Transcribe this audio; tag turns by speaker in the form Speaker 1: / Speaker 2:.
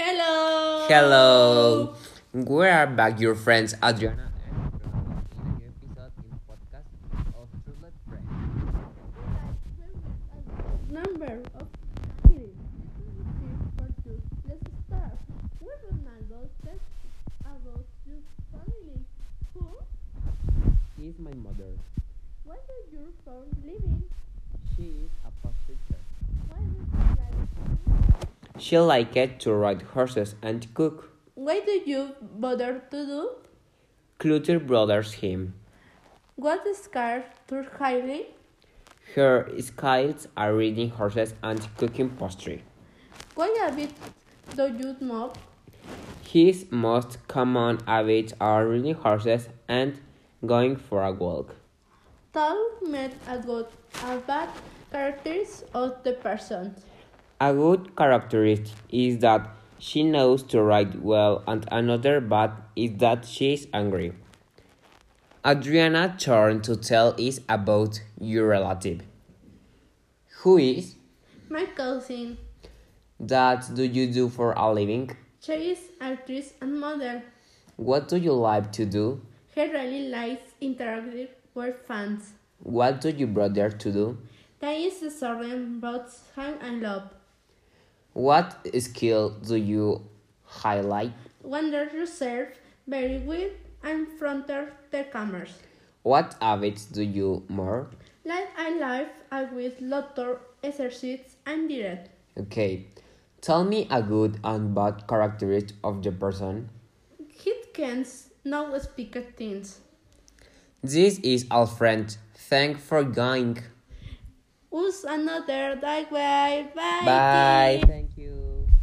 Speaker 1: Hello.
Speaker 2: Hello. We are back, your friends Adriana and Fernando, in a new episode in podcast of True Love Friends.
Speaker 1: Number of cities. for two. Let's start. Where Ronaldo says about your family. Who?
Speaker 2: She is my mother.
Speaker 1: What is your phone living?
Speaker 2: She is a past teacher.
Speaker 1: Why do you like?
Speaker 2: She liked to ride horses and cook.
Speaker 1: Why do you bother to do?
Speaker 2: Clutter bothers him.
Speaker 1: What scarf to highly?
Speaker 2: Her skills are riding horses and cooking pastry.
Speaker 1: Why habit do you mob?
Speaker 2: His most common habits are riding horses and going for a walk.
Speaker 1: Tell me about bad characters of the person.
Speaker 2: A good characteristic is that she knows to write well, and another bad is that she is angry. Adriana turn to tell is about your relative. Who is?
Speaker 1: My cousin.
Speaker 2: That do you do for a living?
Speaker 1: She is actress and model.
Speaker 2: What do you like to do?
Speaker 1: He really likes interactive with fans.
Speaker 2: What do you brother to do?
Speaker 1: That is the certain both time and love.
Speaker 2: What skill do you highlight?
Speaker 1: Wonder yourself very well and front of the cameras.
Speaker 2: What habits do you more?
Speaker 1: Like I live I with lot of exercises and direct.
Speaker 2: Okay, tell me a good and bad characteristic of the person.
Speaker 1: He can now speak at things.
Speaker 2: This is our friend. Thank for going.
Speaker 1: Use another that way. Bye.
Speaker 2: Bye.
Speaker 1: Tim.
Speaker 2: Thank-